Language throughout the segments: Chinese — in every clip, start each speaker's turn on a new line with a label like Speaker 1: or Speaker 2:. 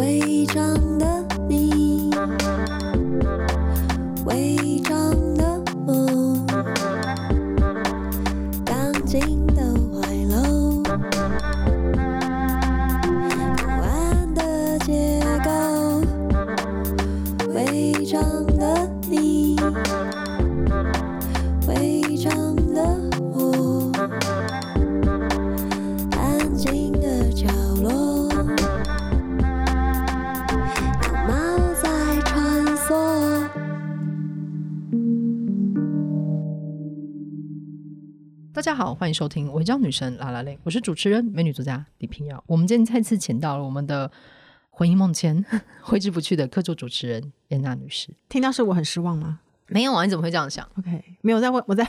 Speaker 1: 伪装的你，伪装的我，钢筋的怀楼，不安的结构，伪装的你，伪装的我，安静的角落。有猫在穿梭。
Speaker 2: 大家好，欢迎收听《违章女神拉拉泪》，我是主持人美女作家李平遥。我们今天再次请到了我们的回忆梦前 挥之不去的客座主持人严娜女士。
Speaker 3: 听到是我很失望吗
Speaker 2: 没有啊，你怎么会这样想？
Speaker 3: ？OK，没有在问，我在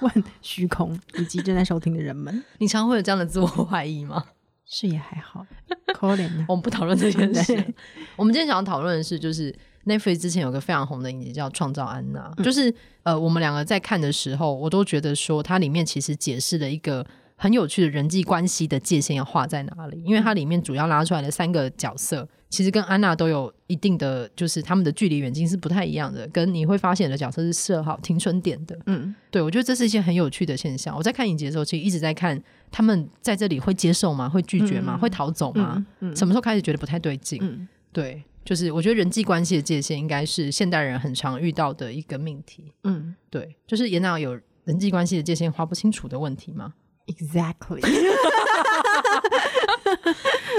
Speaker 3: 问虚空以及正在收听的人们，
Speaker 2: 你常会有这样的自我怀疑吗？
Speaker 3: 是也还 好，可怜啊呐、
Speaker 2: 我们不讨论这件事
Speaker 3: 对。
Speaker 2: 我们今天想要讨论的是，就是 Netflix 之前有个非常红的影集叫《创造安娜》，就是呃，我们两个在看的时候，我都觉得说它里面其实解释了一个。很有趣的人际关系的界限要画在哪里？因为它里面主要拉出来的三个角色，其实跟安娜都有一定的，就是他们的距离远近是不太一样的。跟你会发现的角色是设好停损点的，
Speaker 3: 嗯，
Speaker 2: 对，我觉得这是一件很有趣的现象。我在看影集的时候，其实一直在看他们在这里会接受吗？会拒绝吗？
Speaker 3: 嗯
Speaker 2: 会逃走吗？
Speaker 3: 嗯嗯
Speaker 2: 什么时候开始觉得不太对劲？
Speaker 3: 嗯
Speaker 2: 对，就是我觉得人际关系的界限应该是现代人很常遇到的一个命题。
Speaker 3: 嗯
Speaker 2: 对，就是严娜有人际关系的界限划不清楚的问题吗？
Speaker 3: ，exactly，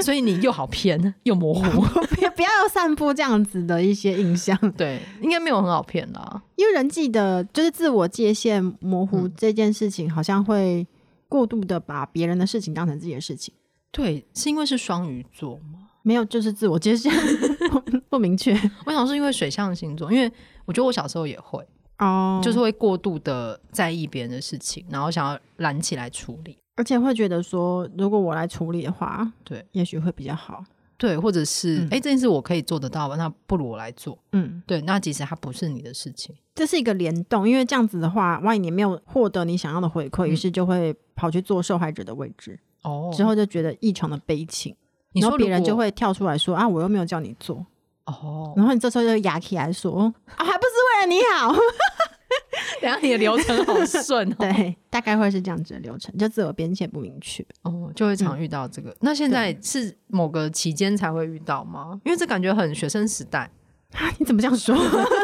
Speaker 2: 所以你又好偏又模糊。
Speaker 3: 别不要散布这样子的一些印象，
Speaker 2: 对，应该没有很好骗啦。
Speaker 3: 因为人际的就是自我界限模
Speaker 2: 嗯
Speaker 3: 糊这件事情，好像会过度的把别人的事情当成自己的事情，
Speaker 2: 对，是因为是双鱼座吗？
Speaker 3: 没有就是自我界限 不不明确
Speaker 2: 我想是因为水象星座，因为我觉得我小时候也会。
Speaker 3: 哦
Speaker 2: 就是会过度的在意别人的事情，然后想要揽起来处理，
Speaker 3: 而且会觉得说，如果我来处理的话，
Speaker 2: 对
Speaker 3: 也许会比较好，
Speaker 2: 对，或者是哎、
Speaker 3: 嗯
Speaker 2: 诶这件事我可以做得到吧，那不如我来做，
Speaker 3: 嗯。
Speaker 2: 对，那其实它不是你的事情，
Speaker 3: 这是一个联动，因为这样子的话，万一你没有获得你想要的回馈，
Speaker 2: 嗯
Speaker 3: 于是就会跑去做受害者的位置，
Speaker 2: 哦
Speaker 3: 之后就觉得异常的悲情，
Speaker 2: 你
Speaker 3: 然
Speaker 2: 说
Speaker 3: 后别
Speaker 2: 如
Speaker 3: 人就嗯
Speaker 2: 果
Speaker 3: 会跳出来说啊，我又没有叫你做，
Speaker 2: 哦，
Speaker 3: 然后你这时候就牙起来说啊，还不是为了你好，
Speaker 2: 等下你的流程好顺哦，
Speaker 3: 对，大概会是这样子的流程，就自我边界不明确，
Speaker 2: 哦，就会
Speaker 3: 嗯
Speaker 2: 常遇到这个。那现在是某个期间才会遇到吗？因为这感觉很学生时代，
Speaker 3: 你怎么这样说？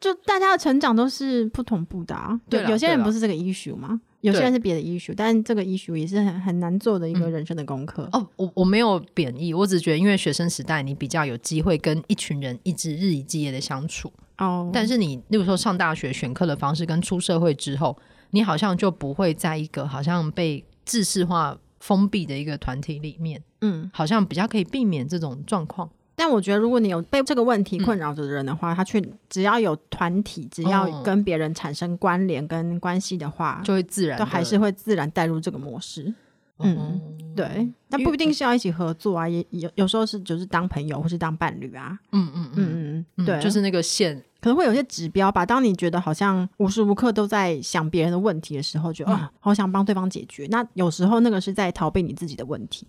Speaker 3: 就大家的成长都是不同步的、啊，
Speaker 2: 对
Speaker 3: 有
Speaker 2: 啦
Speaker 3: 有些人
Speaker 2: 对啦
Speaker 3: 不是这个 issue 吗？有些人是别的 issue，但这个 issue 也是很很难做的一个
Speaker 2: 嗯
Speaker 3: 人生的功课。
Speaker 2: 哦，我我没有贬义，我只觉得因为学生时代你比较有机会跟一群人一直日以继夜的相处，
Speaker 3: 哦
Speaker 2: 但是你，例如说上大学选课的方式跟出社会之后，你好像就不会在一个好像被制式化、封闭的一个团体里面，
Speaker 3: 嗯，
Speaker 2: 好像比较可以避免这种状况。
Speaker 3: 但我觉得，如果你有被这个问题
Speaker 2: 嗯
Speaker 3: 困扰着的人的话，他去只要有团体，只要跟别人产生关联跟关系的话，
Speaker 2: 哦就会自然
Speaker 3: 都
Speaker 2: 地嗯
Speaker 3: 还是会自然带入这个模式。嗯，对，但不一定是要一起合作啊，也有有时候是就是当朋友或是当伴侣啊。
Speaker 2: 嗯嗯嗯
Speaker 3: 嗯嗯，
Speaker 2: 嗯，
Speaker 3: 对，
Speaker 2: 就是那个线，
Speaker 3: 可能会有一些指标吧。当你觉得好像无时无刻都在想别人的问题的时候，就
Speaker 2: 嗯
Speaker 3: 啊、好想帮对方解决。那有时候那个是在逃避你自己的问题，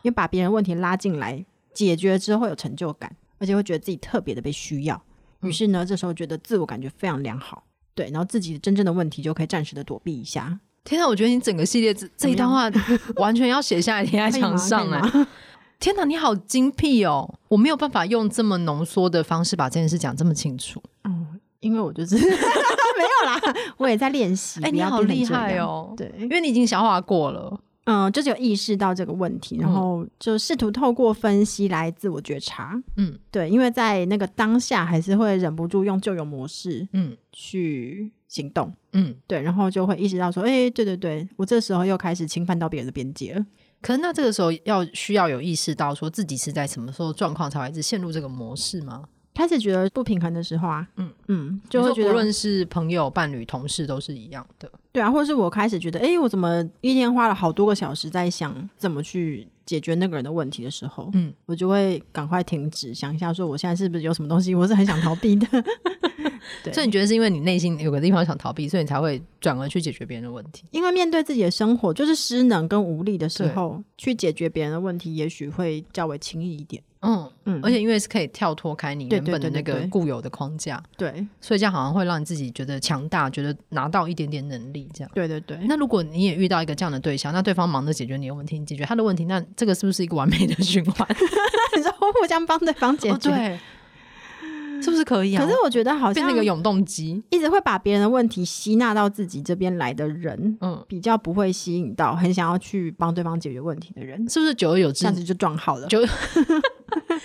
Speaker 3: 因为把别人问题拉进来解决之后会有成就感，而且会觉得自己特别的被需要。于
Speaker 2: 嗯
Speaker 3: 是呢，这时候觉得自我感觉非常良好，对，然后自己真正的问题就可以暂时的躲避一下。
Speaker 2: 天哪！我觉得你整个系列这这一段话完全要写下来贴在
Speaker 3: 可以吗
Speaker 2: 墙上
Speaker 3: 可以
Speaker 2: 哎、
Speaker 3: 吗
Speaker 2: 天哪，你好精辟哦！我没有办法用这么浓缩的方式把这件事讲这么清楚。
Speaker 3: 因为我就是 没有啦，我也在练习。
Speaker 2: 哎、
Speaker 3: 不
Speaker 2: 你
Speaker 3: 要
Speaker 2: 好
Speaker 3: 变成
Speaker 2: 厉
Speaker 3: 这样
Speaker 2: 害！哦！，
Speaker 3: 对
Speaker 2: 因，为你已经消化过了。
Speaker 3: 嗯，就是有意识到这个问题，然
Speaker 2: 嗯
Speaker 3: 后就试图透过分析来自我觉察。
Speaker 2: 嗯
Speaker 3: 对，因为在那个当下，还是会忍不住用旧有模式
Speaker 2: 嗯
Speaker 3: 去行动。
Speaker 2: 嗯。
Speaker 3: 对，然后就会意识到说，哎、对对对，我这时候又开始侵犯到别人的边界了。
Speaker 2: 可是那这个时候要需要有意识到，说自己是在什么时候状况才会一直陷入这个模式吗？
Speaker 3: 开始觉得不平衡的时候啊，
Speaker 2: 嗯
Speaker 3: 嗯，就
Speaker 2: 就是
Speaker 3: 会觉
Speaker 2: 不
Speaker 3: 得
Speaker 2: 论是朋友、伴侣、同事都是一样的。
Speaker 3: 对啊，或者是我开始觉得，哎，我怎么一天花了好多个小时在想怎么去解决那个人的问题的时候，
Speaker 2: 嗯，
Speaker 3: 我就会赶快停止，想一下说我现在是不是有什么东西我是很想逃避的，对
Speaker 2: 所以你觉得是因为你内心有个地方想逃避，所以你才会转而去解决别人的问题？
Speaker 3: 因为面对自己的生活就是失能跟无力的时候，去解决别人的问题，也许会较为轻易一点。
Speaker 2: 嗯，
Speaker 3: 嗯，
Speaker 2: 而且因为是可以跳脱开你
Speaker 3: 对
Speaker 2: 原
Speaker 3: 对
Speaker 2: 本的
Speaker 3: 对
Speaker 2: 那
Speaker 3: 对
Speaker 2: 个
Speaker 3: 对
Speaker 2: 固有的框架，
Speaker 3: 对
Speaker 2: 所以这样好像会让你自己觉得强大，觉得拿到一点点能力这样。
Speaker 3: 对对对，
Speaker 2: 那如果你也遇到一个这样的对象，那对方忙着解决你的问题，你解决他的问题，那这个是不是一个完美的循环？
Speaker 3: 你知道互相帮对方解
Speaker 2: 哦
Speaker 3: 决，
Speaker 2: 对， 是不是可以啊？
Speaker 3: 可是我觉得好
Speaker 2: 变
Speaker 3: 像
Speaker 2: 成一个永动机，
Speaker 3: 一直会把别人的问题吸纳到自己这边来的人，
Speaker 2: 嗯，
Speaker 3: 比较不会吸引到很想要去帮对方解决问题的人，
Speaker 2: 是不是久而久
Speaker 3: 这
Speaker 2: 之
Speaker 3: 样？子就撞好了。
Speaker 2: 就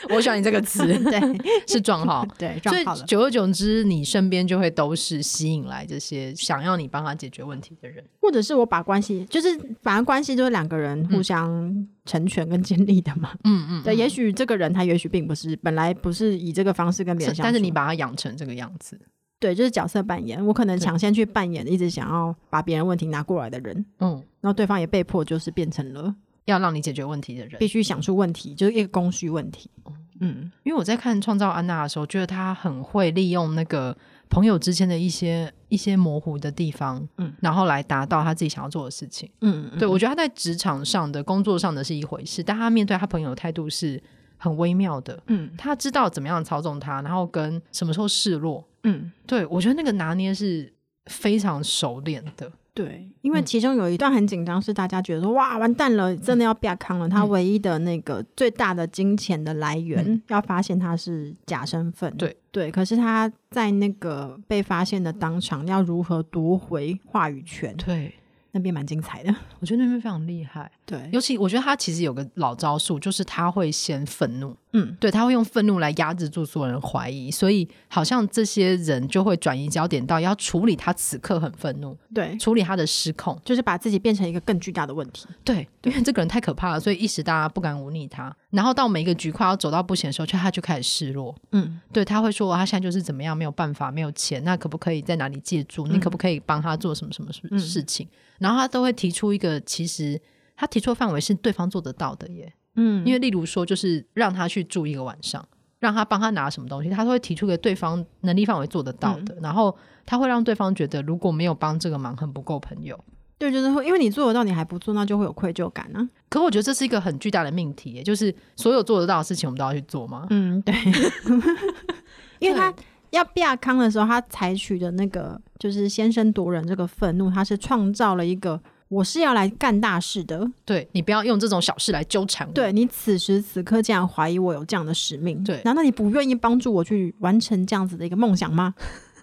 Speaker 2: 我喜欢你这个词，
Speaker 3: 对
Speaker 2: 是撞号。
Speaker 3: 对，
Speaker 2: 所
Speaker 3: 撞
Speaker 2: 以
Speaker 3: 好了。
Speaker 2: 久而久之，你身边就会都是吸引来这些想要你帮他解决问题的人。
Speaker 3: 或者是我把关系，就是反正关系就是两个人互相成全跟建立的嘛。
Speaker 2: 嗯嗯
Speaker 3: 对，也许这个人他也许并不是本来不是以这个方式跟别人相处，
Speaker 2: 但是你把他养成这个样子，
Speaker 3: 对，就是角色扮演，我可能
Speaker 2: 对
Speaker 3: 抢先去扮演一直想要把别人问题拿过来的人，
Speaker 2: 嗯，
Speaker 3: 然后对方也被迫就是变成了
Speaker 2: 要让你解决问题的人。
Speaker 3: 必须想出问题，就是一个供需问题。
Speaker 2: 哦
Speaker 3: 嗯，
Speaker 2: 因为我在看《创造安娜》的时候，觉得她很会利用那个朋友之间的一些一些模糊的地方，
Speaker 3: 嗯，
Speaker 2: 然后来达到她自己想要做的事情。
Speaker 3: 嗯，
Speaker 2: 对我觉得她在职场上的、工作上的是一回事，但她面对她朋友的态度是很微妙的。
Speaker 3: 嗯
Speaker 2: 她知道怎么样操纵他，然后跟什么时候示弱。
Speaker 3: 嗯，
Speaker 2: 对我觉得那个拿捏是非常熟练的。
Speaker 3: 对，因为其中有一段很紧张，是大家觉得说哇完蛋了，真的要被康了。他唯一的那个最大的金钱的来源，
Speaker 2: 嗯
Speaker 3: 要发现他是假身份。
Speaker 2: 对
Speaker 3: 对，可是他在那个被发现的当场，要如何夺回话语权，
Speaker 2: 对，
Speaker 3: 那边蛮精彩的。
Speaker 2: 我觉得那边非常厉害。
Speaker 3: 对，
Speaker 2: 尤其我觉得他其实有个老招数，就是他会先愤怒，
Speaker 3: 嗯，
Speaker 2: 对，他会用愤怒来压制住所有人的怀疑，所以好像这些人就会转移焦点到要处理他此刻很愤怒，
Speaker 3: 对，
Speaker 2: 处理他的失控。
Speaker 3: 就是把自己变成一个更巨大的问题。
Speaker 2: 对，因为这个人太可怕了，所以一时大家不敢忤逆他。然后到每一个局快要走到不行的时候，就他就开始示弱，
Speaker 3: 嗯，
Speaker 2: 对他会说他现在就是怎么样，没有办法，没有钱，那可不可以在哪里借助？你可不可以帮他做什么什么事
Speaker 3: 嗯
Speaker 2: 事情？然后他都会提出一个，其实他提出的范围是对方做得到的耶。
Speaker 3: 嗯
Speaker 2: 因为例如说，就是让他去住一个晚上，让他帮他拿什么东西，他都会提出给对方能力范围做得到的，然后他会让对方觉得如果没有帮这个忙，很不够朋友。
Speaker 3: 对，就是会，因为你做得到，你还不做，那就会有愧疚感啊。
Speaker 2: 可我觉得这是一个很巨大的命题耶，就是所有做得到的事情，我们都要去做吗？
Speaker 3: 嗯，对， 因为他
Speaker 2: 对
Speaker 3: 要亚康的时候，他采取的那个就是先声夺人这个愤怒，他是创造了一个我是要来干大事的。
Speaker 2: 对你不要用这种小事来纠缠我。
Speaker 3: 对你此时此刻竟然怀疑我有这样的使命，
Speaker 2: 嗯对
Speaker 3: 难道你不愿意帮助我去完成这样子的一个梦想吗？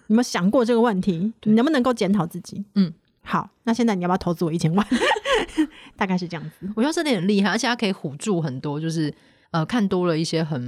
Speaker 3: 你有没有想过这个问题？你能不能够检讨自己？
Speaker 2: 嗯，
Speaker 3: 好，那现在你要不要投资我一千万？ 大概是这样子。
Speaker 2: 我觉得这点很厉害，而且他可以唬住很多，就是呃，看多了一些很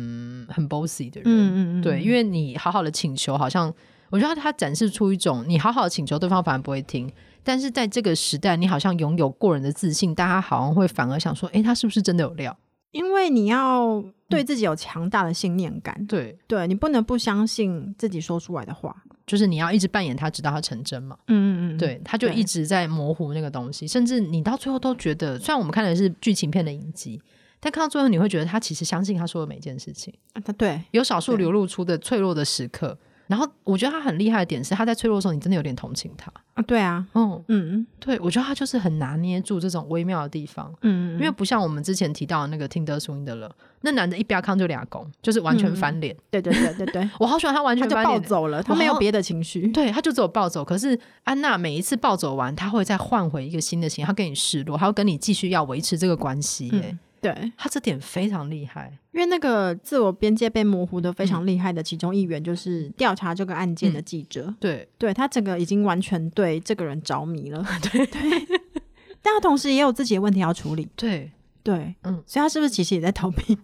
Speaker 2: 很 bossy 的人。
Speaker 3: 嗯嗯嗯，
Speaker 2: 对，因为你好好的请求，好像我觉得他展示出一种你好好的请求，对方反而不会听。但是在这个时代，你好像拥有过人的自信，大家好像会反而想说，诶，他是不是真的有料？
Speaker 3: 因为你要对自己有强大的信念感，
Speaker 2: 对，
Speaker 3: 对你不能不相信自己说出来的话。
Speaker 2: 就是你要一直扮演他，直到他成真嘛。
Speaker 3: 嗯嗯嗯，
Speaker 2: 对，他就
Speaker 3: 对
Speaker 2: 一直在模糊那个东西，甚至你到最后都觉得，虽然我们看的是剧情片的影集，但看到最后你会觉得他其实相信他说的每件事情。
Speaker 3: 啊他对
Speaker 2: 有少数
Speaker 3: 对
Speaker 2: 流露出的脆弱的时刻。然后我觉得他很厉害的点是，他在脆弱的时候，你真的有点同情他。
Speaker 3: 啊，对啊，
Speaker 2: 嗯，
Speaker 3: 嗯
Speaker 2: 对，我觉得他就是很拿捏住这种微妙的地方，
Speaker 3: 嗯，
Speaker 2: 因为不像我们之前提到的那个听得出音的了，那男的一飙康就俩拱，就是完全翻脸。
Speaker 3: 对对对对对，
Speaker 2: 我好喜欢他完
Speaker 3: 嗯 他
Speaker 2: 全
Speaker 3: 就哦
Speaker 2: 翻
Speaker 3: 暴
Speaker 2: 脸，
Speaker 3: 走了，他
Speaker 2: 我
Speaker 3: 没有
Speaker 2: 好
Speaker 3: 别的情绪。
Speaker 2: 对，他就只有暴走。可是安娜每一次暴走完，他会再换回一个新的情绪，他跟你示弱，他会跟你继续要维持这个关系、耶，
Speaker 3: 嗯对，
Speaker 2: 他这点非常厉害。
Speaker 3: 因为那个自我边界被模糊的非常厉害的其中一员，就是调查这个案件的记者，
Speaker 2: 对，
Speaker 3: 对他整个已经完全对这个人着迷了， 对对，但他同时也有自己的问题要处理，
Speaker 2: 对，
Speaker 3: 对，
Speaker 2: 嗯
Speaker 3: 嗯，所以他是不是其实也在逃避？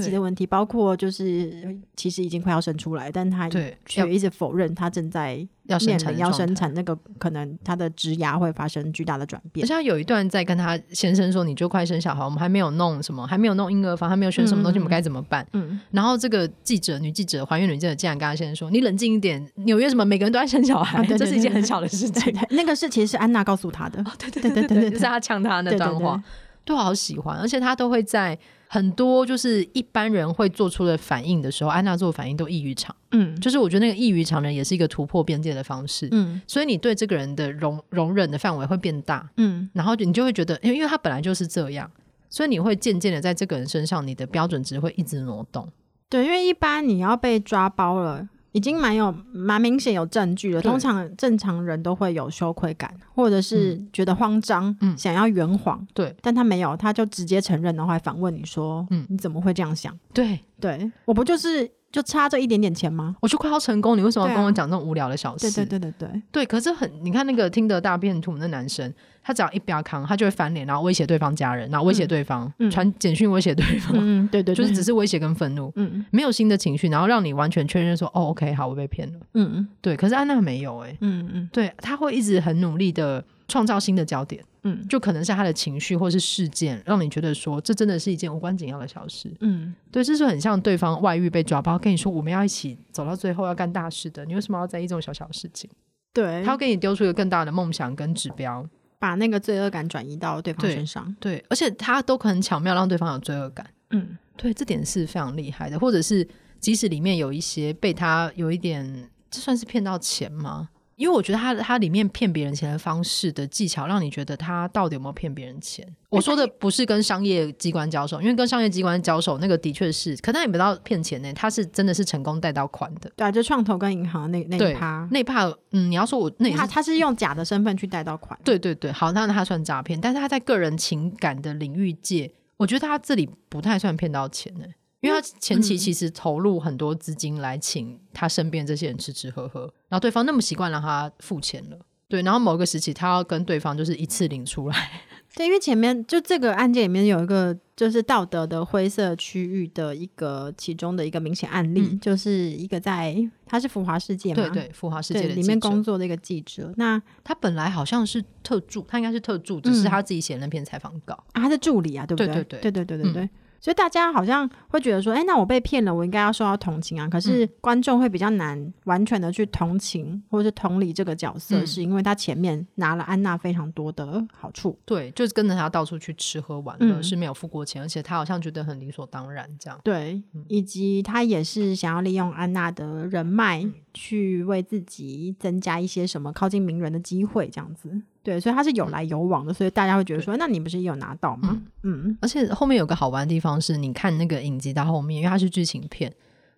Speaker 2: 对
Speaker 3: 己的问题，包括就是其实已经快要生出来，但他
Speaker 2: 对要
Speaker 3: 却一直否认他正在
Speaker 2: 要生
Speaker 3: 面
Speaker 2: 产
Speaker 3: 临
Speaker 2: 的
Speaker 3: 要
Speaker 2: 状态
Speaker 3: 生产，那个可能他的职涯会发生巨大的转
Speaker 2: 而
Speaker 3: 变
Speaker 2: 且。他有一段在跟他先生说：“你就快生小孩，我们还没有弄什么，还没有弄婴儿房，还没有选什么东西，
Speaker 3: 嗯
Speaker 2: 我们该怎么办？”
Speaker 3: 嗯，
Speaker 2: 然后这个记者，女记者，怀孕女记者竟然跟她先生说：“你冷静一点，纽约什么每个人都在生小孩，
Speaker 3: 啊对对
Speaker 2: 这是一件
Speaker 3: 对
Speaker 2: 很小的事情。
Speaker 3: 那个是其实是安娜告诉他的，
Speaker 2: 哦对”对
Speaker 3: 对对对对
Speaker 2: 就是她呛她那
Speaker 3: 对对
Speaker 2: 段
Speaker 3: 对
Speaker 2: 话，对啊我好喜欢，而且她都会在很多就是一般人会做出的反应的时候，安娜做的反应都异于常，
Speaker 3: 嗯
Speaker 2: 就是我觉得那个异于常人也是一个突破边界的方式，
Speaker 3: 嗯
Speaker 2: 所以你对这个人的容容忍的范围会变大，
Speaker 3: 嗯
Speaker 2: 然后你就会觉得，因为因为他本来就是这样。所以你会渐渐的在这个人身上，你的标准值会一直挪动。
Speaker 3: 对，因为一般你要被抓包了。已经蛮有蛮明显有证据了，
Speaker 2: 对
Speaker 3: 通常正常人都会有羞愧感，或者是觉得慌张，
Speaker 2: 嗯
Speaker 3: 想要圆谎，
Speaker 2: 对
Speaker 3: 但他没有，他就直接承认，然后还反问你说：“
Speaker 2: 嗯
Speaker 3: 你怎么会这样想？
Speaker 2: 对，
Speaker 3: 对我不就是就差这一点点钱吗
Speaker 2: 我就快要成功，你为什么要
Speaker 3: 对啊
Speaker 2: 跟我讲这种无聊的小？”事？
Speaker 3: 对对对 对对，
Speaker 2: 对可是很，你看那个听得大便图那男生，他只要一飙康，他就会翻脸，然后威胁对方家人，然后威胁对方，
Speaker 3: 嗯嗯
Speaker 2: 传简讯威胁对方，
Speaker 3: 嗯，对对，
Speaker 2: 就是只
Speaker 3: 是
Speaker 2: 是威胁跟愤怒，
Speaker 3: 嗯
Speaker 2: 没有新的情绪，然后让你完全确认说，哦，OK，好，我被骗了。
Speaker 3: 嗯
Speaker 2: 对，可是安娜没有、欸，哎，
Speaker 3: 嗯嗯
Speaker 2: 对，他会一直很努力的创造新的焦点，
Speaker 3: 嗯
Speaker 2: 就可能是他的情绪或是事件，让你觉得说这真的是一件无关紧要的小事。
Speaker 3: 嗯
Speaker 2: 对，这是很像对方外遇被抓包，跟你说我们要一起走到最后要干大事的，你为什么要在意这种小小事情？
Speaker 3: 对，
Speaker 2: 他要给你丢出一个更大的梦想跟指标，
Speaker 3: 把那个罪恶感转移到对方
Speaker 2: 对
Speaker 3: 身上，
Speaker 2: 对，而且他都很巧妙让对方有罪恶感，
Speaker 3: 嗯
Speaker 2: 对，这点是非常厉害的。或者是即使里面有一些被他有一点，这算是骗到钱吗？因为我觉得他他里面骗别人钱的方式的技巧，让你觉得他到底有没有骗别人钱？我说的不是跟商业机关交手，因为跟商业机关交手那个的确是，可他也不知道骗钱呢、他是真的是成功贷到款的。
Speaker 3: 对啊，就创投跟银行那那一
Speaker 2: 对
Speaker 3: 趴，，
Speaker 2: 那一怕嗯，你要说我那
Speaker 3: 因
Speaker 2: 也
Speaker 3: 为
Speaker 2: 是
Speaker 3: 他他是用假的身份去贷到款，
Speaker 2: 对对对，好，那他算诈骗，但是他在个人情感的领域界，我觉得他这里不太算骗到钱呢、欸因
Speaker 3: 嗯
Speaker 2: 为他前期其实投入很多资金来请他身边这些人吃吃喝喝，然后对方那么习惯让他付钱了，对，然后某个时期他要跟对方就是一次领出来，
Speaker 3: 对，因为前面就这个案件里面有一个就是道德的灰色区域的一个其中的一个明显案例，
Speaker 2: 嗯
Speaker 3: 就是一个在他是浮华世界嘛，
Speaker 2: 对对，富华世界
Speaker 3: 对
Speaker 2: 的
Speaker 3: 里
Speaker 2: 记
Speaker 3: 面
Speaker 2: 者
Speaker 3: 工作的一个记者，那
Speaker 2: 他本来好像是特助，他应该是特助，只是
Speaker 3: 嗯
Speaker 2: 他自己写那篇采访稿，
Speaker 3: 啊，他是助理啊，对不
Speaker 2: 对
Speaker 3: 对
Speaker 2: 对嗯
Speaker 3: 对对对对对所以大家好像会觉得说，哎、那我被骗了，我应该要受到同情啊。可是
Speaker 2: 嗯
Speaker 3: 观众会比较难完全的去同情或是同理这个角色，
Speaker 2: 嗯
Speaker 3: 是因为他前面拿了安娜非常多的好处。
Speaker 2: 对，就是跟着他到处去吃喝玩乐，
Speaker 3: 嗯
Speaker 2: 是没有付过钱，而且他好像觉得很理所当然这样，
Speaker 3: 对
Speaker 2: 嗯，
Speaker 3: 以及他也是想要利用安娜的人脉
Speaker 2: 嗯
Speaker 3: 去为自己增加一些什么靠近名人的机会，这样子。对，所以他是有
Speaker 2: 嗯
Speaker 3: 来有往的，所以大家会觉得说，那你不是也有拿到吗？嗯
Speaker 2: 而且后面有个好玩的地方是，你看那个影集到后面，因为它是剧情片，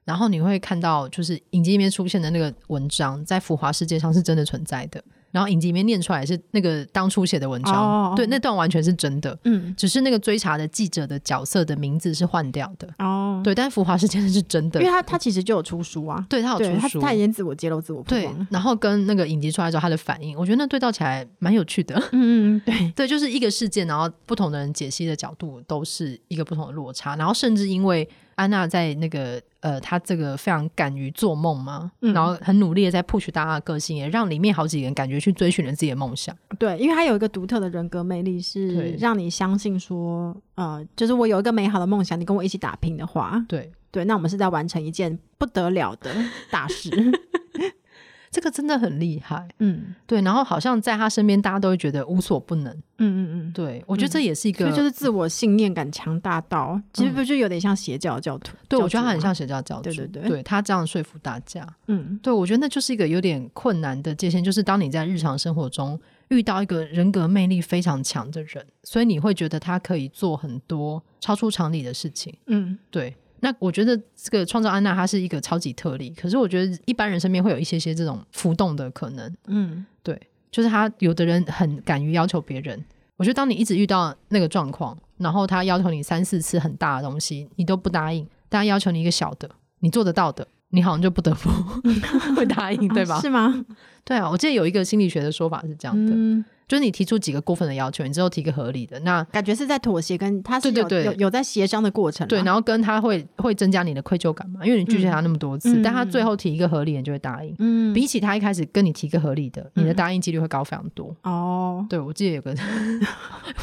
Speaker 2: 然后你会看到就是影集里面出现的那个文章，在浮华世界上是真的存在的，然后影集里面念出来是那个当初写的文章，
Speaker 3: 哦
Speaker 2: 对，那段完全是真的，
Speaker 3: 嗯，
Speaker 2: 只是那个追查的记者的角色的名字是换掉的，
Speaker 3: 哦，
Speaker 2: 对，但浮华世界是真的
Speaker 3: 因为，他他其实就有出书啊，
Speaker 2: 对他有
Speaker 3: 对
Speaker 2: 出
Speaker 3: 他
Speaker 2: 书，
Speaker 3: 他已经自我揭露、自我曝
Speaker 2: 对
Speaker 3: 光了。，
Speaker 2: 然后跟那个影集出来之后他的反应，我觉得那对照起来蛮有趣的。
Speaker 3: 嗯，嗯对，
Speaker 2: 对，就是一个事件，然后不同的人解析的角度都是一个不同的落差，然后甚至因为安娜在那个呃，她这个非常敢于做梦嘛，
Speaker 3: 嗯
Speaker 2: 然后很努力的在 push 大家的个性，也让里面好几个人感觉去追寻了自己的梦想。
Speaker 3: 嗯对，因为他有一个独特的人格魅力，
Speaker 2: 对
Speaker 3: 是让你相信说，呃，就是我有一个美好的梦想，你跟我一起打拼的话，
Speaker 2: 对，
Speaker 3: 对，那我们是在完成一件不得了的大事。
Speaker 2: 这个真的很厉害。
Speaker 3: 嗯
Speaker 2: 对，然后好像在她身边，大家都会觉得无所不能。
Speaker 3: 嗯嗯嗯，
Speaker 2: 对，我觉得这也是一个，嗯
Speaker 3: 所以就是自我信念感强大到，其实不就有点像邪教教徒？
Speaker 2: 对
Speaker 3: 教
Speaker 2: 我觉得
Speaker 3: 主
Speaker 2: 她很
Speaker 3: 吗，
Speaker 2: 像邪教教主，
Speaker 3: 对对对
Speaker 2: 对她这样说服大家。
Speaker 3: 嗯
Speaker 2: 对，我觉得那就是一个有点困难的界限，就是当你在日常生活中遇到一个人格魅力非常强的人，所以你会觉得他可以做很多超出常理的事情。
Speaker 3: 嗯，
Speaker 2: 对，那我觉得这个创造安娜她是一个超级特例，可是我觉得一般人身边会有一些些这种浮动的可能。
Speaker 3: 嗯，
Speaker 2: 对，就是他有的人很敢于要求别人，我觉得当你一直遇到那个状况，然后他要求你三四次很大的东西，你都不答应，但他要求你一个小的，你做得到的，你好像就不 得不会答应，
Speaker 3: 啊
Speaker 2: 嗯对吧？
Speaker 3: 是吗？
Speaker 2: 对啊，我记得有一个心理学的说法是这样的，
Speaker 3: 嗯，
Speaker 2: 就是你提出几个过分的要求，你之后提个合理的，那
Speaker 3: 感觉是在妥协跟他是有
Speaker 2: 对对对
Speaker 3: 有有在协商的过程啦，啊
Speaker 2: 对，然后跟他会会增加你的愧疚感嘛，因为你拒绝他那么多次，
Speaker 3: 嗯
Speaker 2: 但他最后提一个合理的，你就会答应。
Speaker 3: 嗯
Speaker 2: 比起他一开始跟你提一个合理的，你的答应几率会高非常多。
Speaker 3: 哦，
Speaker 2: 对，我记得有个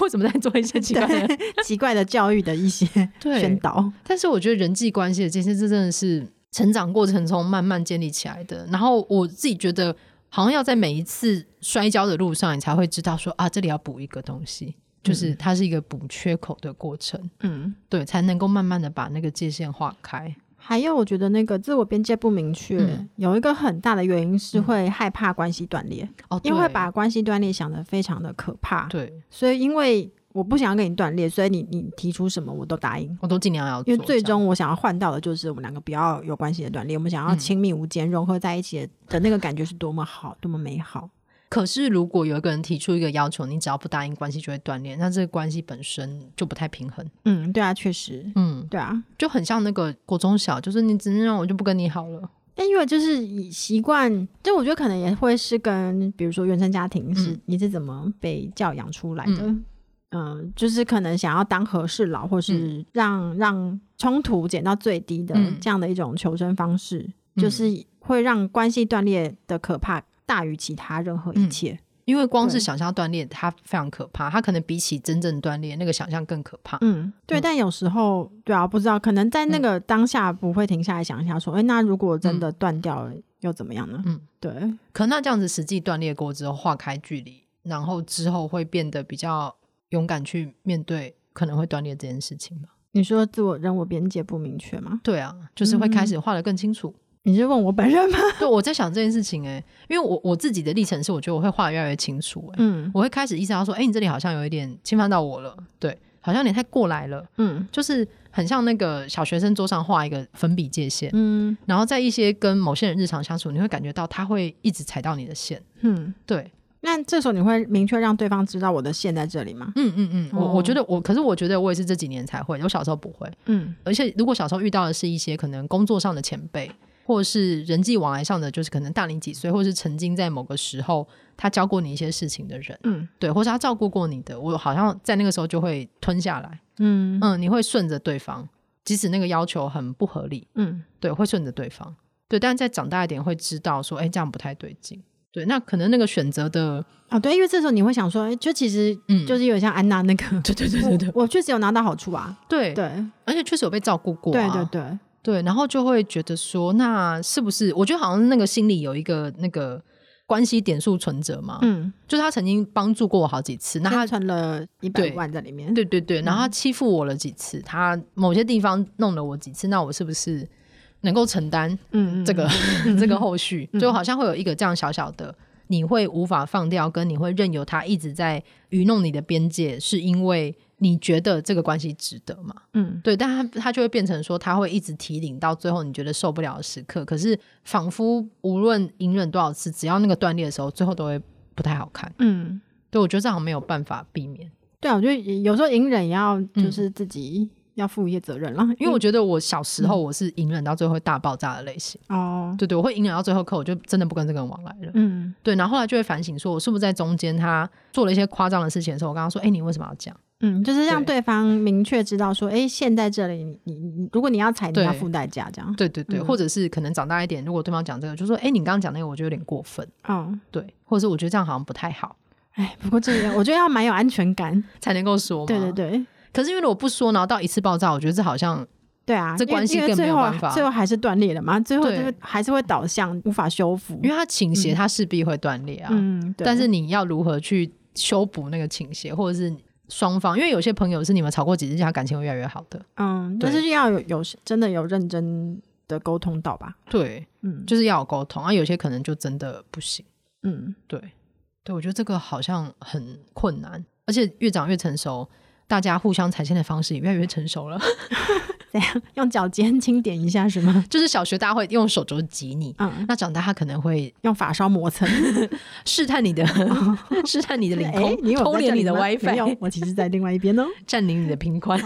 Speaker 2: 为什么在做一些奇怪的？
Speaker 3: 对奇怪的教育的一些
Speaker 2: 对
Speaker 3: 宣导，
Speaker 2: 但是我觉得人际关系的这些，这真的是成长过程中慢慢建立起来的。然后我自己觉得，好像要在每一次摔跤的路上，你才会知道说啊，这里要补一个东西，就是它是一个补缺口的过程，
Speaker 3: 嗯。
Speaker 2: 对，才能够慢慢的把那个界限划开。
Speaker 3: 还有，我觉得那个自我边界不明确，
Speaker 2: 嗯
Speaker 3: 有一个很大的原因是会害怕关系断裂，
Speaker 2: 哦，
Speaker 3: 因为会
Speaker 2: 对
Speaker 3: 把关系断裂想得非常的可怕。
Speaker 2: 对
Speaker 3: 所以，因为我不想要跟你断裂，所以你你提出什么我都答应。
Speaker 2: 我都尽量要做，
Speaker 3: 因为最
Speaker 2: 这样
Speaker 3: 终我想要换到的就是我们两个不要有关系的断裂，我们想要
Speaker 2: 嗯
Speaker 3: 亲密无间、融合在一起的那个感觉是多么好，多么美好。
Speaker 2: 可是如果有一个人提出一个要求，你只要不答应，关系就会断裂，那这个关系本身就不太平衡。
Speaker 3: 嗯，对啊，确实，
Speaker 2: 嗯，
Speaker 3: 对啊。
Speaker 2: 就很像那个国中小，就是你只能让我就不跟你好了。
Speaker 3: 但因为就是以习惯，就我觉得可能也会是跟，比如说原生家庭是、
Speaker 2: 嗯
Speaker 3: 你是怎么被教养出来的，嗯、就是可能想要当和事佬，或是让、让冲突减到最低的、
Speaker 2: 嗯
Speaker 3: 这样的一种求生方式，就是会让关系断裂的可怕大于其他任何一
Speaker 2: 嗯
Speaker 3: 切。
Speaker 2: 因为光
Speaker 3: 对
Speaker 2: 是想象断裂，它非常可怕，它可能比起真正断裂那个想象更可怕。
Speaker 3: 嗯，对，
Speaker 2: 嗯
Speaker 3: 但有时候，对啊，不知道，可能在那个当下不会停下来想一下，说，哎、那如果真的断掉了，又怎么样呢？
Speaker 2: 嗯，
Speaker 3: 对，
Speaker 2: 可那这样子实际断裂过之后，划开距离，然后之后会变得比较勇敢去面对可能会断裂这件事情嘛？
Speaker 3: 你说自我人我边界不明确吗？
Speaker 2: 对啊，就是会开始画的更清楚。
Speaker 3: 你是问我本人吗？
Speaker 2: 对，我在想这件事情哎、因为我我自己的历程是，我觉得我会画的越来越清楚哎、
Speaker 3: 嗯
Speaker 2: 我会开始意识到说，哎、你这里好像有一点侵犯到我了，对，好像你太过来了，
Speaker 3: 嗯
Speaker 2: 就是很像那个小学生桌上画一个粉笔界限，
Speaker 3: 嗯
Speaker 2: 然后在一些跟某些人日常相处，你会感觉到他会一直踩到你的线。
Speaker 3: 嗯，
Speaker 2: 对，
Speaker 3: 那这时候你会明确让对方知道我的线在这里吗？
Speaker 2: 嗯嗯嗯，我、
Speaker 3: 哦
Speaker 2: 我觉得我，可是我觉得我也是这几年才会，我小时候不会。
Speaker 3: 嗯
Speaker 2: 而且如果小时候遇到的是一些可能工作上的前辈，或者是人际往来上的，就是可能大你几岁，或是曾经在某个时候他教过你一些事情的人，
Speaker 3: 嗯
Speaker 2: 对，或是他照顾过你的，我好像在那个时候就会吞下来。
Speaker 3: 嗯
Speaker 2: 嗯，你会顺着对方，即使那个要求很不合理，
Speaker 3: 嗯，
Speaker 2: 对，会顺着对方。对，但是再长大一点会知道说，哎，这样不太对劲。对，那可能那个选择的，
Speaker 3: 哦对，因为这时候你会想说，诶就其实
Speaker 2: 嗯，
Speaker 3: 就是有点像安娜那 个，
Speaker 2: 对对对对对
Speaker 3: 我我确实有拿到好处啊，
Speaker 2: 对
Speaker 3: 对
Speaker 2: 而且确实有被照顾过、
Speaker 3: 对
Speaker 2: 啊，
Speaker 3: 对对，
Speaker 2: 对然后就会觉得说，那是不是？我觉得好像那个心里有一个那个关系点数存折嘛，
Speaker 3: 嗯，
Speaker 2: 就是他曾经帮助过我好几次，那
Speaker 3: 那
Speaker 2: 他
Speaker 3: 他存了一百
Speaker 2: 对
Speaker 3: 万在里面，
Speaker 2: 对对对，然
Speaker 3: 嗯
Speaker 2: 后他欺负我了几次，他某些地方弄了我几次，那我是不是能够承担
Speaker 3: 嗯，嗯
Speaker 2: 这个、这个后续？
Speaker 3: 嗯
Speaker 2: 就好像会有一个这样小小的，你会无法放掉，跟你会任由他一直在愚弄你的边界，是因为你觉得这个关系值得吗？
Speaker 3: 嗯
Speaker 2: 对，但他他就会变成说，他会一直提领到最后，你觉得受不了的时刻。可是仿佛无论隐忍多少次，只要那个断裂的时候，最后都会不太好看。
Speaker 3: 嗯。
Speaker 2: 对我觉得这好像没有办法避免，
Speaker 3: 对啊，我觉得有时候隐忍也要就是自己要负一些责任啦，
Speaker 2: 嗯因为我觉得我小时
Speaker 3: 嗯
Speaker 2: 候我是隐忍到最后会大爆炸的类型。
Speaker 3: 哦，
Speaker 2: 对对，我会隐忍到最后刻，我就真的不跟这个人往来了。
Speaker 3: 嗯
Speaker 2: 对，然后后来就会反省，说我是不是在中间他做了一些夸张的事情的时候，我跟他说：“哎、你为什么要这样
Speaker 3: 嗯，就是让
Speaker 2: 对
Speaker 3: 对方明确知道说，哎，现在这里你你你，如果你要踩，你
Speaker 2: 对
Speaker 3: 要付代价这样？”。
Speaker 2: 对对对，
Speaker 3: 嗯
Speaker 2: 或者是可能长大一点，如果对方讲这个，就说：“哎、你刚刚讲那个，我觉得有点过分。
Speaker 3: 哦，”
Speaker 2: 对，或者是我觉得这样好像不太好，
Speaker 3: 哎，不过这个我觉得要蛮有安全 感，
Speaker 2: 才能够说嘛。
Speaker 3: 对对对
Speaker 2: 可是因为我不说，然后到一次爆炸，我觉得这好像
Speaker 3: 对啊，
Speaker 2: 这
Speaker 3: 因为
Speaker 2: 关系
Speaker 3: 因为
Speaker 2: 更没
Speaker 3: 最
Speaker 2: 有
Speaker 3: 后
Speaker 2: 办法
Speaker 3: 最后还是断裂了嘛，最后就
Speaker 2: 对
Speaker 3: 是还是会导向无法修复
Speaker 2: 因为，它倾斜，它势必会断裂啊。
Speaker 3: 嗯，对
Speaker 2: 但是你要如何去修补那个倾斜，或者是双方？因为有些朋友是你们吵过几次架，感情会越来越好的。
Speaker 3: 嗯，
Speaker 2: 对
Speaker 3: 但是要有有真的有认真的沟通到吧，
Speaker 2: 对，
Speaker 3: 嗯
Speaker 2: 就是要有沟通啊。有些可能就真的不行。
Speaker 3: 嗯
Speaker 2: 对，对我觉得这个好像很困难，而且越长越成熟，大家互相踩线的方式也越来越成熟了。
Speaker 3: 用脚尖 轻点一下是吗？
Speaker 2: 就是小学大家会用手肘挤你，
Speaker 3: 嗯，
Speaker 2: 那长大他可能会
Speaker 3: 用发梢磨蹭。
Speaker 2: 试探 你的，试探你的领
Speaker 3: 哎
Speaker 2: 空，
Speaker 3: 你有
Speaker 2: 偷
Speaker 3: 在
Speaker 2: 连
Speaker 3: 这
Speaker 2: 你
Speaker 3: 里
Speaker 2: 的
Speaker 3: 吗
Speaker 2: WiFi。
Speaker 3: 没 有，我其实在另外一边哦。
Speaker 2: 占领你的平 宽，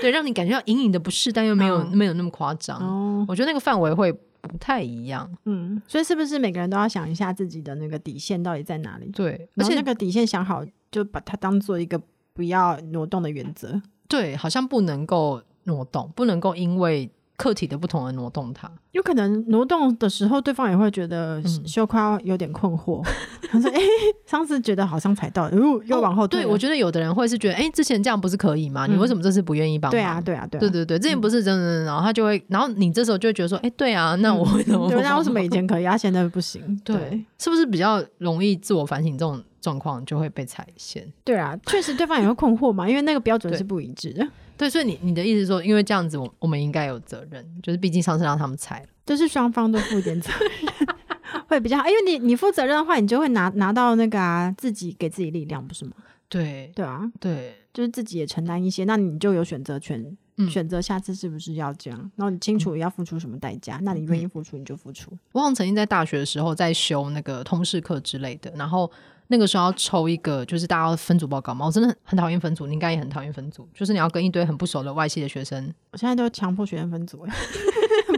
Speaker 2: 对，让你感觉到隐隐的不适，但又没有、
Speaker 3: 嗯
Speaker 2: 没有那么夸张。
Speaker 3: 哦，
Speaker 2: 我觉得那个范围会不太一样。
Speaker 3: 嗯，所以是不是每个人都要想一下自己的那个底线到底在哪里？
Speaker 2: 对，而
Speaker 3: 而且
Speaker 2: 且
Speaker 3: 那个底线想好，就把它当做一个不要挪动的原则。
Speaker 2: 对，好像不能够挪动，不能够因为客体的不同而挪动它。
Speaker 3: 有可能挪动的时候，对方也会觉得
Speaker 2: 嗯
Speaker 3: 羞夸有点困 惑。他说：“哎、上次觉得好像踩到，又又往后退
Speaker 2: 哦对，
Speaker 3: 了、
Speaker 2: 我觉得有的人会是觉得，哎、之前这样不是可以吗？你为什么这次不愿意帮忙？
Speaker 3: 嗯对啊，对啊，对啊，
Speaker 2: 对对对，之前不是真的，然后他就会，然后你这时候就会觉得说，哎、对啊，那我为什么不帮忙？
Speaker 3: 嗯对，那为什么以前可以，啊，现在不 行？
Speaker 2: 对， 是不是比较容易自我反省这种状况就会被踩线？
Speaker 3: 对啊，确实对方也会困惑嘛，因为那个标准
Speaker 2: 对
Speaker 3: 是不一致的，
Speaker 2: 对，所以你你的意思是说，因为这样子我，我们应该有责任，就是毕竟上次让他们踩了，
Speaker 3: 就是双方都负一点责任 会比较好，因为你你负责任的话，你就会拿拿到那个啊，自己给自己力量，不是吗？
Speaker 2: 对
Speaker 3: 对啊，
Speaker 2: 对，
Speaker 3: 就是自己也承担一些，那你就有选择权。
Speaker 2: 嗯
Speaker 3: 选择下次是不是要这样？然后你清楚要付出什么代
Speaker 2: 嗯
Speaker 3: 价，那你愿意付出你就付出。
Speaker 2: 我好像曾经在大学的时候在修那个通识课之类的，然后那个时候要抽一个，就是大家要分组报告嘛。我真的很很讨厌分组，你应该也很讨厌分组，就是你要跟一堆很不熟的外系的学生，
Speaker 3: 我现在都强迫学生 分组，哎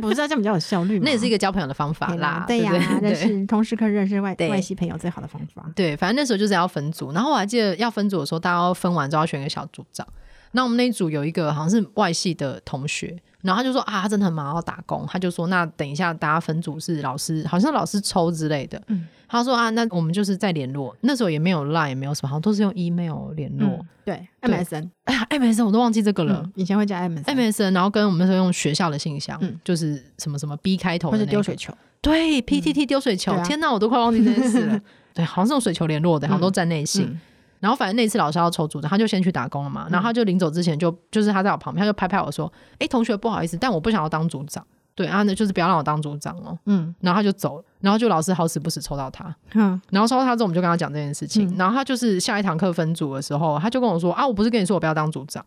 Speaker 3: 不是啊，这样比较有效率嘛。
Speaker 2: 那也是一
Speaker 3: 个
Speaker 2: 个交朋友的方法啦，
Speaker 3: 对
Speaker 2: 对
Speaker 3: 呀、
Speaker 2: 不对
Speaker 3: 认
Speaker 2: 对
Speaker 3: 识同时可以认识外
Speaker 2: 对
Speaker 3: 外系朋友最好的方法。
Speaker 2: 对，反正那时候就是要分组，然后我还记得要分组的时候，大家要分完之后要选一个小组长。那我们那一组有一个好像是外系的同学，然后他就说啊，他真的很忙要打工，他就说那等一下大家分组是老师，好像老师抽之类的。
Speaker 3: 嗯
Speaker 2: 他说啊，那我们就是在联络，那时候也没有 Line，也没有什么，好像都是用 email 联络。
Speaker 3: 嗯，对
Speaker 2: 对
Speaker 3: ，MSN，
Speaker 2: 哎呀，MSN 我都忘记这个了。
Speaker 3: 嗯，以前会加 MSN，
Speaker 2: MSN，然后跟我们那时候用学校的信箱，
Speaker 3: 嗯
Speaker 2: 就是什么什么 B 开头
Speaker 3: 或
Speaker 2: 的、那
Speaker 3: 是
Speaker 2: 个
Speaker 3: 丢水球。
Speaker 2: 对 PTT 丢水球，
Speaker 3: 嗯对啊
Speaker 2: 天哪，我都快忘记这件事 了。对，好像是用水球联络的，好像都站内信。
Speaker 3: 嗯
Speaker 2: 然后反正那次老师要抽组长，他就先去打工了嘛。然后他就临走之前就就是他在我旁边，他就拍拍我说：“哎，同学，不好意思，但我不想要当组长。对，啊，那就是不要让我当组长哦。
Speaker 3: 嗯”
Speaker 2: 然后他就走了，然后就老师好死不死抽到他，
Speaker 3: 嗯，
Speaker 2: 然后抽到他之后，我们就跟他讲这件事情。
Speaker 3: 嗯
Speaker 2: 然后他就是下一堂课分组的时候，他就跟我说：“啊，我不是跟你说我不要当组长。”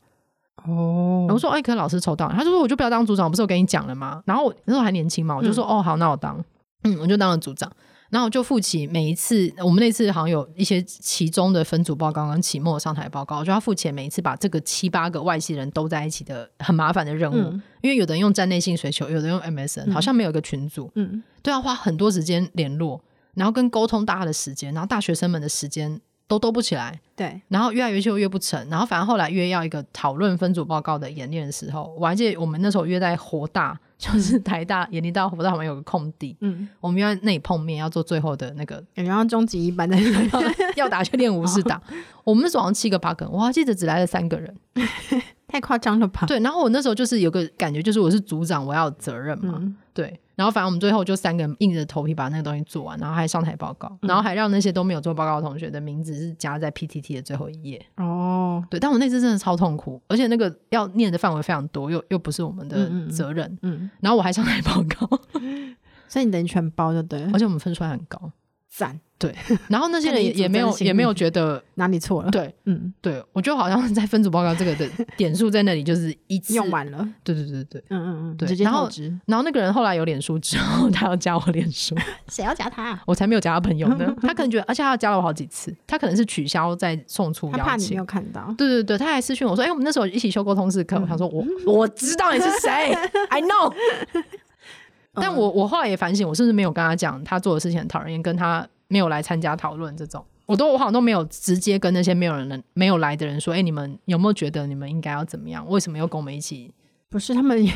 Speaker 3: 哦
Speaker 2: 然后我说：“哎，可是老师抽到了。”他就说：“我就不要当组长，我不是有跟你讲了吗？”然后我那时候还年轻嘛，我就说：“哦，好，那我当。”嗯，我就当了组长。然后我就负起每一次，我们那次好像有一些其中的分组报告跟期末的上台报告，我就要负起每一次把这个七八个外星人都在一起的很麻烦的任务，
Speaker 3: 嗯
Speaker 2: 因为有的人用站内性水球，有的人用 MSN，好像没有一个群组，
Speaker 3: 嗯，
Speaker 2: 都要花很多时间联络，然后跟沟通大家的时间，然后大学生们的时间都兜不起来，
Speaker 3: 对，
Speaker 2: 然后越来越就越不成，然后反正后来约要一个讨论分组报告的演练的时候，我还记得我们那时候约在活大，就是台大演力大活大好像有个空地，
Speaker 3: 嗯，
Speaker 2: 我们约在那里碰面，要做最后的那个
Speaker 3: 感觉像终极一班 的那个，
Speaker 2: 要打就练武士打。我们那时候好像七个八个人，我还记得只来了三个人。
Speaker 3: 太夸张了吧？
Speaker 2: 对，然后我那时候就是有个感觉，就是我是组长，我要有责任嘛。
Speaker 3: 嗯，
Speaker 2: 对，然后反正我们最后就三个人硬着头皮把那个东西做完，然后还上台报告，
Speaker 3: 嗯
Speaker 2: 然后还让那些都没有做报告的同学的名字是加在 PTT 的最后一页。
Speaker 3: 哦，
Speaker 2: 对，但我那次真的超痛苦，而且那个要念的范围非常多，又又不是我们的
Speaker 3: 嗯嗯嗯
Speaker 2: 责任，
Speaker 3: 嗯，
Speaker 2: 然后我还上台报告，
Speaker 3: 所以你等于全包就对了
Speaker 2: 而，且我们分数还很高。
Speaker 3: 赞，
Speaker 2: 然后那些
Speaker 3: 看
Speaker 2: 人
Speaker 3: 你
Speaker 2: 也
Speaker 3: 组
Speaker 2: 也没
Speaker 3: 真
Speaker 2: 有
Speaker 3: 心
Speaker 2: 也没有觉得，
Speaker 3: 哪里错了？
Speaker 2: 对
Speaker 3: 嗯，
Speaker 2: 对，我觉得好像在分组报告这个 的点数在那里就是一次
Speaker 3: 用，完了，嗯
Speaker 2: 对对对对。
Speaker 3: 嗯嗯，
Speaker 2: 对
Speaker 3: 直接
Speaker 2: 然后
Speaker 3: 透支，
Speaker 2: 然后那个人后来有脸书之后，他要加我脸书，
Speaker 3: 谁要夹他啊？
Speaker 2: 我才没有加他朋友 呢。他可能觉得，而且他加了我好几次，他可能是取消再送出
Speaker 3: 他
Speaker 2: 邀
Speaker 3: 怕你没
Speaker 2: 请
Speaker 3: 有。嗯看到，
Speaker 2: 对对对，他还私讯我说：“哎、我们那时候一起修过通识课。我想说我我知道你是 谁，I know。但
Speaker 3: 嗯
Speaker 2: 我我后来也反省，我是不是没有跟他讲他做的事情很讨人厌，跟他没有来参加讨论这种，我都我好像都没有直接跟那些没有人没有来的人说，哎、你们有没有觉得你们应该要怎么样？为什么要跟我们一起？
Speaker 3: 不是他们 也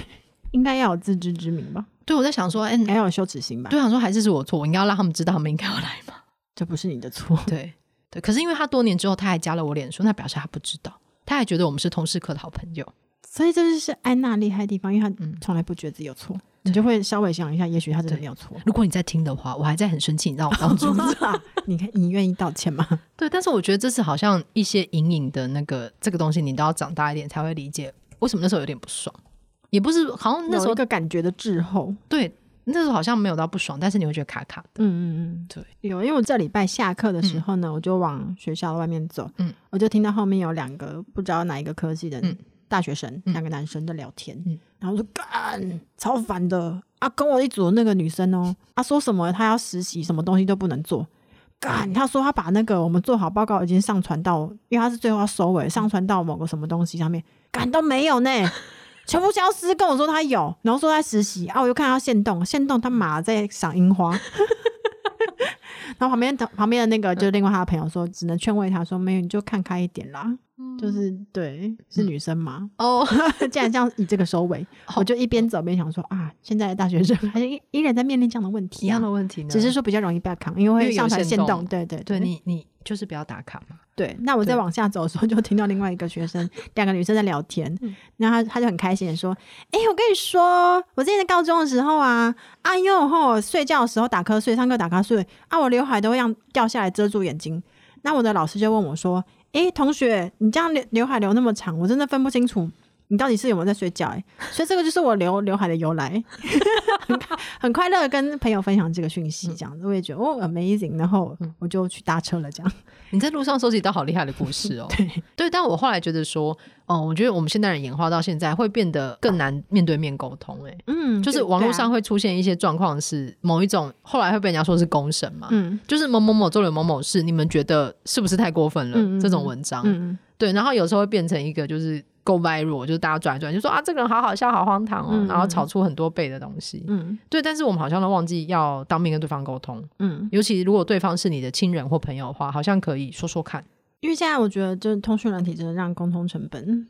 Speaker 3: 应该要有自知之明吧？
Speaker 2: 对我在想说，哎、
Speaker 3: 应该要有羞耻心吧？
Speaker 2: 对，，想说还是是我错，我应该要让他们知道他们应该要来嘛。
Speaker 3: 这不是你 的错，
Speaker 2: 对对，可是因为他多年之后他还加了我脸书，那表示他不知道，他还觉得我们是同事课的好朋友。
Speaker 3: 所以这就是安娜厉害的地方，因为她
Speaker 2: 嗯
Speaker 3: 从来不觉得自己有错，你就会稍微想一下，也许她真的没有错。啊
Speaker 2: 如果你在听的话，我还在很生气，你让我当 主
Speaker 3: 你看，你愿意道歉吗？
Speaker 2: 对，但是我觉得这是好像一些隐隐的那个这个东西，你都要长大一点才会理解为什么那时候有点不爽，也不是好 像那时
Speaker 3: 有
Speaker 2: 候
Speaker 3: 一个感觉的滞后，
Speaker 2: 对那时候好像没有到不爽，但是你会觉得卡卡的。
Speaker 3: 嗯嗯嗯，
Speaker 2: 对，
Speaker 3: 有，因为我这礼拜下课的时候呢，我就往学校外面走，
Speaker 2: 嗯，
Speaker 3: 我就听到后面有两个不知道哪一个科系的
Speaker 2: 嗯
Speaker 3: 大学生，
Speaker 2: 嗯
Speaker 3: 两个男生在聊天，
Speaker 2: 嗯
Speaker 3: 然后我说干，超烦的啊，跟我一组的那个女生哦，她说什么她要实习，什么东西都不能做。
Speaker 2: 嗯
Speaker 3: 干，她说她把那个我们做好报告已经上传到，因为她是最后要收尾，上传到某个什么东西上面，干都没有呢。全部消失，跟我说他有，然后说他实习啊，我又看到线动，线动他妈在赏樱花。然后旁边的旁边的那
Speaker 2: 嗯
Speaker 3: 个就是另外他的朋友说，只能劝慰他说，没有你就看开一点啦，
Speaker 2: 嗯
Speaker 3: 就是对，是女生嘛，
Speaker 2: 哦，
Speaker 3: 既然这样以这个收尾，我就一边走边想说啊，现在的大学生还是依依然在面临这样的 问
Speaker 2: 一
Speaker 3: 题、啊，
Speaker 2: 样的问题呢，
Speaker 3: 只是说比较嗯容易被扛，因为
Speaker 2: 因
Speaker 3: 会
Speaker 2: 为有
Speaker 3: 上传
Speaker 2: 限
Speaker 3: 限
Speaker 2: 动
Speaker 3: 动，对对
Speaker 2: 对你你就是不要打卡嘛，
Speaker 3: 对。那我再
Speaker 2: 对
Speaker 3: 往下走的时候，就听到另外一个学生，两个女生在聊天，然后她她就很开心的说：“哎、我跟你说，我之前在高中的时候啊，哎呦吼，睡觉的时候打瞌睡，上课打瞌睡啊，我刘海都会让掉下来遮住眼睛。那我的老师就问我说：‘哎、同学，你这样刘刘海留那么长，我真的分不清楚。’”你到底是有没有在睡觉、欸？所以这个就是我留刘海的由来。 很快乐地跟朋友分享这个讯息，这样子我也觉得哦 amazing，然后我就去搭车了，这样。
Speaker 2: 你在路上收集到好厉害的故事哦。
Speaker 3: 对
Speaker 2: 对，但我后来觉得说，哦、我觉得我们现代人演化到现在会变得更难面对面沟通、欸，
Speaker 3: 嗯
Speaker 2: 就是网络上
Speaker 3: 会，
Speaker 2: 会出现一些状况，是某一种后来会被人家说是公审嘛，
Speaker 3: 嗯
Speaker 2: 就是某某某做了某某事，你们觉得是不是太过分了？
Speaker 3: 嗯嗯嗯
Speaker 2: 这种文章，
Speaker 3: 嗯
Speaker 2: 对，然后有时候会变成一个就是。go viral 就是大家转来转去，就说啊，这个人好好笑，好荒唐哦，
Speaker 3: 嗯嗯
Speaker 2: 然后炒出很多倍的东西。
Speaker 3: 嗯
Speaker 2: 对，但是我们好像都忘记要当面跟对方沟通，
Speaker 3: 嗯，
Speaker 2: 尤其如果对方是你的亲人或朋友的话，好像可以说说看。
Speaker 3: 因为现在我觉得，就是通讯软体真的让沟通成本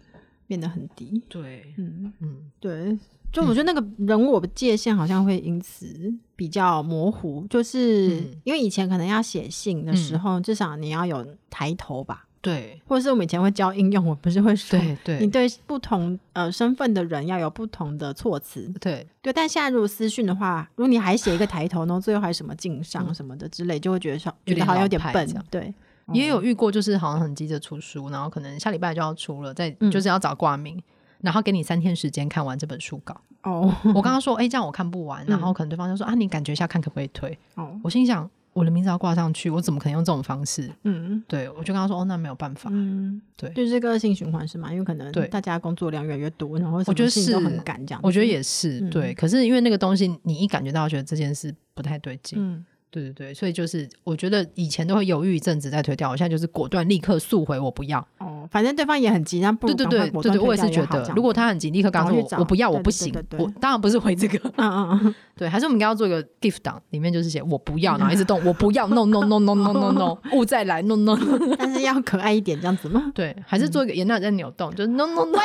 Speaker 3: 变得很低。
Speaker 2: 对，
Speaker 3: 嗯，
Speaker 2: 嗯，
Speaker 3: 对，就我觉得那个人我界限好像会因此比较模糊，就是、
Speaker 2: 嗯
Speaker 3: 因为以前可能要写信的时候，至少你要有抬头吧，
Speaker 2: 对，
Speaker 3: 或者是我们以前会教应用，我不是会说。
Speaker 2: 对，
Speaker 3: 你
Speaker 2: 对，
Speaker 3: 对不同呃身份的人要有不同的措辞，
Speaker 2: 对，
Speaker 3: 对，但现在如果私讯的话，如果你还
Speaker 2: 啊
Speaker 3: 写一个抬头，然后最后还什么敬上什么的之类，就会觉得说
Speaker 2: 嗯有
Speaker 3: 觉得
Speaker 2: 点
Speaker 3: 好像有
Speaker 2: 老
Speaker 3: 点
Speaker 2: 派
Speaker 3: 笨
Speaker 2: 这样。
Speaker 3: 对，
Speaker 2: 也
Speaker 3: 嗯
Speaker 2: 有遇过，就是好像很急着出书，然后可能下礼拜就要出了，再
Speaker 3: 嗯
Speaker 2: 就是要找挂名，然后给你三天时间看完这本书 稿。
Speaker 3: 哦
Speaker 2: 我刚刚说，哎，这样我看不完，然后
Speaker 3: 嗯
Speaker 2: 可能对方就说啊，你感觉一下看可不可以推？
Speaker 3: 哦，
Speaker 2: 我心想，我的名字要挂上去，我怎么可能用这种方式？
Speaker 3: 嗯
Speaker 2: 对，我就跟他说，哦，那没有办法。
Speaker 3: 嗯，
Speaker 2: 对
Speaker 3: 就是个性循环是吗？因为可能
Speaker 2: 对
Speaker 3: 大家工作量越来越多，然后我
Speaker 2: 我觉得
Speaker 3: 都
Speaker 2: 是
Speaker 3: 很赶这样子。
Speaker 2: 我觉得也是、
Speaker 3: 嗯
Speaker 2: 对，可是因为那个东西，你一感觉到觉得这件事不太对劲，
Speaker 3: 嗯
Speaker 2: 对对对，所以就是我觉得以前都会犹豫一阵子再推掉，我现在就是果断立刻速回，我不要。
Speaker 3: 哦，反正对方也很急，那不
Speaker 2: 对
Speaker 3: 如
Speaker 2: 对对
Speaker 3: 赶快
Speaker 2: 对
Speaker 3: 果
Speaker 2: 对，
Speaker 3: 断
Speaker 2: 我也
Speaker 3: 退
Speaker 2: 是
Speaker 3: 掉
Speaker 2: 觉
Speaker 3: 好
Speaker 2: 得
Speaker 3: 这，样
Speaker 2: 如果他很急，立刻告诉
Speaker 3: 赶快
Speaker 2: 我
Speaker 3: 去找
Speaker 2: 我不要，
Speaker 3: 对
Speaker 2: 我不
Speaker 3: 对对
Speaker 2: 行
Speaker 3: 对，对
Speaker 2: 我当然不是回这个。
Speaker 3: 嗯嗯嗯，
Speaker 2: 对，还是我们应该要做一个 gift 档，里面就是写我不要，然后一直动，我不要，no no no no no no no，勿再来，no no no。
Speaker 3: 嗯但是要可爱一点这样子吗？
Speaker 2: 对，还是做一个也那在扭动，就是 no no no，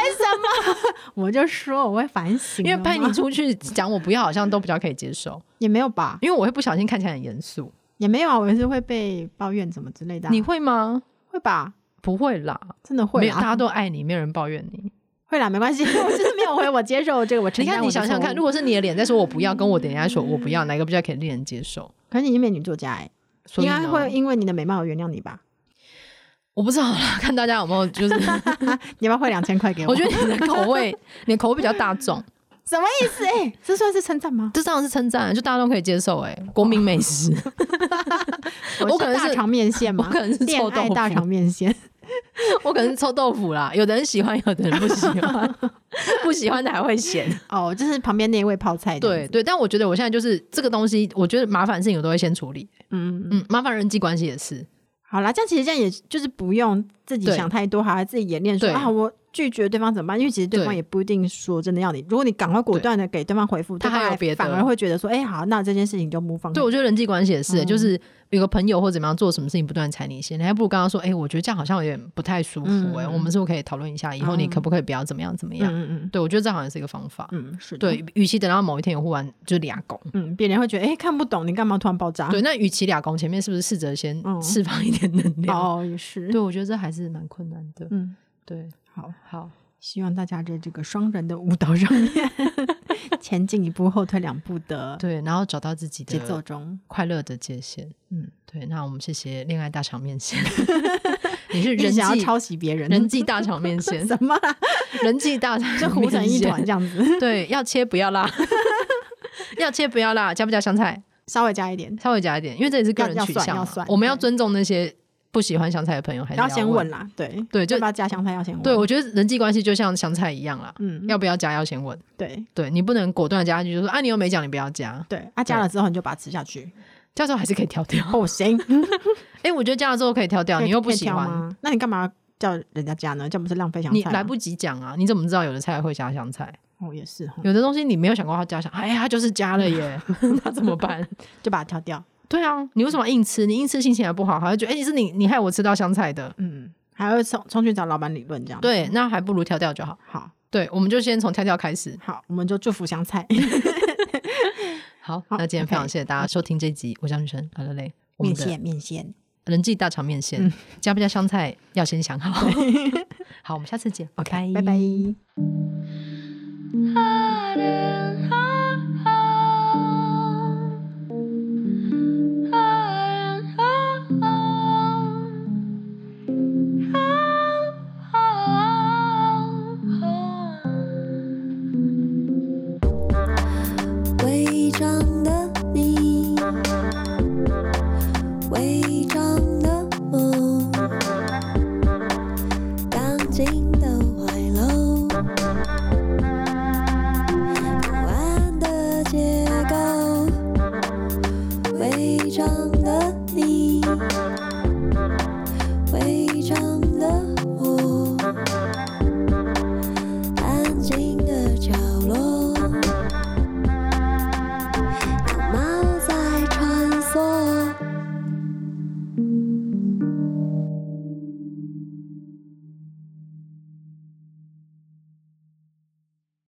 Speaker 3: 我就说我会反省了
Speaker 2: 因
Speaker 3: 吗，
Speaker 2: 为派你出去讲我不要，好像都比较可以接受，
Speaker 3: 也没有吧，
Speaker 2: 因为我会不小心看起来很严肃。
Speaker 3: 也没有啊，我也是会被抱怨怎么之类的啊。
Speaker 2: 你会吗？
Speaker 3: 会吧？
Speaker 2: 不会啦，
Speaker 3: 真的
Speaker 2: 没
Speaker 3: 会
Speaker 2: 有大，
Speaker 3: 啊
Speaker 2: 家都爱你，没有人抱怨你。
Speaker 3: 会啦，没关系， 我就是没有回，我接受这个，我承
Speaker 2: 你
Speaker 3: 担
Speaker 2: 看，你
Speaker 3: 我的
Speaker 2: 想想
Speaker 3: 错误
Speaker 2: 看，如果是你的脸在说我不要，跟我的脸在说我不要，哪个比较可以令人接受？
Speaker 3: 可是你是美女作家哎、
Speaker 2: 所以
Speaker 3: 应该
Speaker 2: 呢
Speaker 3: 会因为你的美貌而原谅你吧？
Speaker 2: 我不知道啦，看大家有没有就是，
Speaker 3: 你要不要汇两千块给我？
Speaker 2: 我觉得你的口味， 你的口味比较大众，
Speaker 3: 什么意思？ 哎、这算是称赞吗？
Speaker 2: 这当然是称赞，就大家都可以接受、欸。国民美 食， 我可能
Speaker 3: 大
Speaker 2: 是
Speaker 3: 肠面线
Speaker 2: 我
Speaker 3: 吗？
Speaker 2: 可能是
Speaker 3: 恋
Speaker 2: 臭豆
Speaker 3: 爱
Speaker 2: 腐，
Speaker 3: 大肠面 线，
Speaker 2: 我可能是臭豆腐啦。有的人喜欢，有的人不喜欢， 不喜欢的还会嫌。
Speaker 3: 哦，就是旁边那一位泡菜这样
Speaker 2: 对
Speaker 3: 子，
Speaker 2: 对，但我觉得我现在就是这个东西，我觉得麻烦的事情我都会先处理。
Speaker 3: 嗯，
Speaker 2: 嗯，麻烦人际关系也是。
Speaker 3: 好啦，这样其实这样也就是不用自己
Speaker 2: 对
Speaker 3: 想太多，还要自己演练说
Speaker 2: 对
Speaker 3: 啊，我拒绝对方怎么办？因为其实对方
Speaker 2: 对
Speaker 3: 也不一定说真的要你，如果你赶快果断的给对方回复，
Speaker 2: 他
Speaker 3: 对方
Speaker 2: 还有别的
Speaker 3: 反而会觉得说，哎、好，那这件事情就 move on
Speaker 2: 对，我觉得人际关系也是、欸就是有个朋友或怎么样做什么事情不断踩你线，你还不如跟他说，哎、我觉得这样好像有点不太舒服、
Speaker 3: 嗯
Speaker 2: 哎、我们是不是可以讨论一下，以后你可不可以不要怎么样怎么
Speaker 3: 嗯
Speaker 2: 样？
Speaker 3: 嗯嗯
Speaker 2: 对，我觉得这好像也是一个方法。
Speaker 3: 嗯，是的
Speaker 2: 对，与其等到某一天有忽然就俩拱，
Speaker 3: 嗯，别人会觉得哎、诶看不懂，你干嘛突然爆炸？
Speaker 2: 对，那与其俩拱，前面是不是试着先
Speaker 3: 啊嗯
Speaker 2: 释放一点能量？
Speaker 3: 哦，也是，
Speaker 2: 对，我觉得这还是蛮困难的。
Speaker 3: 嗯，
Speaker 2: 对，
Speaker 3: 好，
Speaker 2: 好，
Speaker 3: 希望大家在这个双人的舞蹈上面 前进一步，后退两步的
Speaker 2: 对，然后找到自己的
Speaker 3: 节奏中，
Speaker 2: 快乐的界限。
Speaker 3: 嗯，
Speaker 2: 对，那我们谢谢恋爱大场面 线，你是
Speaker 3: 一
Speaker 2: 人
Speaker 3: 直
Speaker 2: 际
Speaker 3: 想要抄袭别人，
Speaker 2: 人际大场面 线，
Speaker 3: 什么啦，
Speaker 2: 人际大场面
Speaker 3: 就糊成一团
Speaker 2: 线。
Speaker 3: 这样子，
Speaker 2: 对，要切不要 辣，要切不要辣，加不加香菜？
Speaker 3: 稍微加一点，
Speaker 2: 稍微加一点，因为这也是个
Speaker 3: 要
Speaker 2: 人
Speaker 3: 要
Speaker 2: 取
Speaker 3: 蒜
Speaker 2: 向
Speaker 3: 要
Speaker 2: 嘛。
Speaker 3: 蒜
Speaker 2: 我们要
Speaker 3: 对
Speaker 2: 尊重那些不喜欢香菜的朋友，还是
Speaker 3: 然后先
Speaker 2: 问
Speaker 3: 问啦，对
Speaker 2: 对就
Speaker 3: 要不要加香菜要先问，
Speaker 2: 对，我觉得人际关系就像香菜一样啦，
Speaker 3: 嗯，
Speaker 2: 要不要加要先问。
Speaker 3: 对
Speaker 2: 对你不能果断地加下去，就说啊，你又没讲，你不要加。
Speaker 3: 对，啊，加了之后你就把它吃下去，
Speaker 2: 加的时候还是可以挑掉。
Speaker 3: 哦，行，
Speaker 2: 哎、我觉得加了之后可以挑掉，
Speaker 3: 可以
Speaker 2: 啊你又不
Speaker 3: 可以
Speaker 2: 喜
Speaker 3: 挑
Speaker 2: 欢，
Speaker 3: 吗？那你干嘛叫人家加呢？这样不是浪费香
Speaker 2: 你
Speaker 3: 菜吗？
Speaker 2: 来不及讲啊，你怎么知道有的菜会加香菜？
Speaker 3: 哦，也是哦，
Speaker 2: 有的东西你没有想过它加香，哎呀，它就是加了 耶，那怎么办？
Speaker 3: 就把它挑掉。
Speaker 2: 对啊，你为什么要硬吃？你硬吃心情还不好，还会觉得哎、是你你害我吃到香菜的。
Speaker 3: 嗯，还会冲冲去找老板理论这样。，
Speaker 2: 对，那还不如挑掉就好。
Speaker 3: 好
Speaker 2: 对，我们就先从跳跳开始。
Speaker 3: 好，我们就祝福香菜
Speaker 2: 好，
Speaker 3: 好
Speaker 2: 那今天非常
Speaker 3: OK
Speaker 2: 谢谢大家收听这集，我是女生，好了嘞， 我们
Speaker 3: 面
Speaker 2: 的
Speaker 3: 线嗯面线，
Speaker 2: 人际大肠面线，加不加香菜要先想 好。好，我们下次见，拜拜，
Speaker 3: 拜拜。
Speaker 1: 伪装的你，伪装的我，钢琴